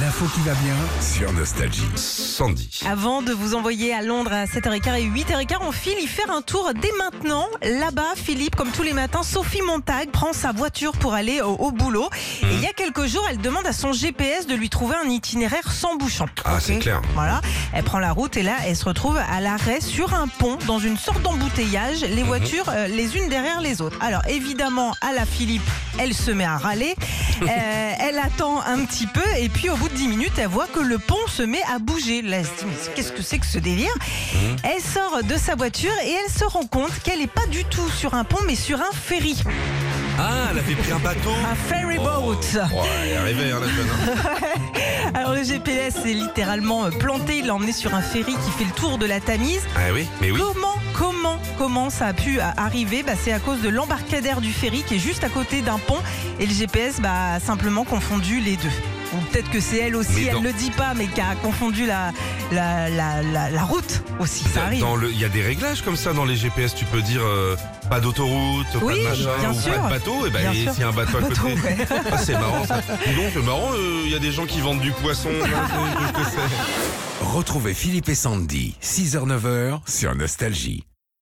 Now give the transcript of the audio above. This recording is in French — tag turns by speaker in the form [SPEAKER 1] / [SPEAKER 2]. [SPEAKER 1] L'info qui va bien.
[SPEAKER 2] Sur Nostalgie, Sandy.
[SPEAKER 3] Avant de vous envoyer à Londres à 7h15 et 8h15, on file y faire un tour dès maintenant. Là-bas, Philippe, comme tous les matins, Sophie Montag prend sa voiture pour aller au, au boulot. Et il y a quelques jours, elle demande à son GPS de lui trouver un itinéraire sans bouchon.
[SPEAKER 2] Ah,
[SPEAKER 3] Ok.
[SPEAKER 2] c'est clair.
[SPEAKER 3] Voilà. Elle prend la route et là, elle se retrouve à l'arrêt sur un pont dans une sorte d'embouteillage,
[SPEAKER 2] Mhm.
[SPEAKER 3] les voitures euh, les unes derrière les autres. Alors évidemment, à la Philippe, elle se met à râler. Euh, elle attend un petit peu et puis au bout de 10 minutes, elle voit que le pont se met à bouger. Là, elle se dit, mais qu'est-ce que c'est que ce délire
[SPEAKER 2] Mhm.
[SPEAKER 3] Elle sort de sa voiture et elle se rend compte qu'elle n'est pas du tout sur un pont, mais sur un ferry,
[SPEAKER 4] Ah, elle avait pris un bateau.
[SPEAKER 3] un ferry
[SPEAKER 2] Oh.
[SPEAKER 3] boat.
[SPEAKER 2] Ouais, elle est arrivée, hein, la jeune. hein.
[SPEAKER 3] Alors le GPS est littéralement euh, planté, il l'a emmené sur un ferry qui fait le tour de la Tamise.
[SPEAKER 2] Ah oui, mais oui.
[SPEAKER 3] Comment, comment, comment ça a pu a- arriver bah, C'est à cause de l'embarcadère du ferry qui est juste à côté d'un pont et le GPS bah, a simplement confondu les deux. Ou peut-être que c'est elle aussi,
[SPEAKER 2] Mais
[SPEAKER 3] elle
[SPEAKER 2] dans-
[SPEAKER 3] ne le dit pas, mais qui a confondu la, la, la, la- la route aussi. Ça arrive.
[SPEAKER 2] Dans le, il y a des réglages comme ça dans les GPS. Tu peux dire euh, pas d'autoroute, pas
[SPEAKER 3] Oui,
[SPEAKER 2] de machin,
[SPEAKER 3] bien
[SPEAKER 2] ou
[SPEAKER 3] sûr.
[SPEAKER 2] pas de bateau. Et
[SPEAKER 3] Bien
[SPEAKER 2] ben, et
[SPEAKER 3] sûr.
[SPEAKER 2] s'il y a un bateau à
[SPEAKER 3] Bateau,
[SPEAKER 2] côté,
[SPEAKER 3] ouais.
[SPEAKER 2] Ah, c'est marrant. Ça. Dis donc, c'est marrant. euh, Il y a des gens qui vendent du poisson.
[SPEAKER 1] Retrouvez Philippe et Sandy, 6h-9h sur Nostalgie.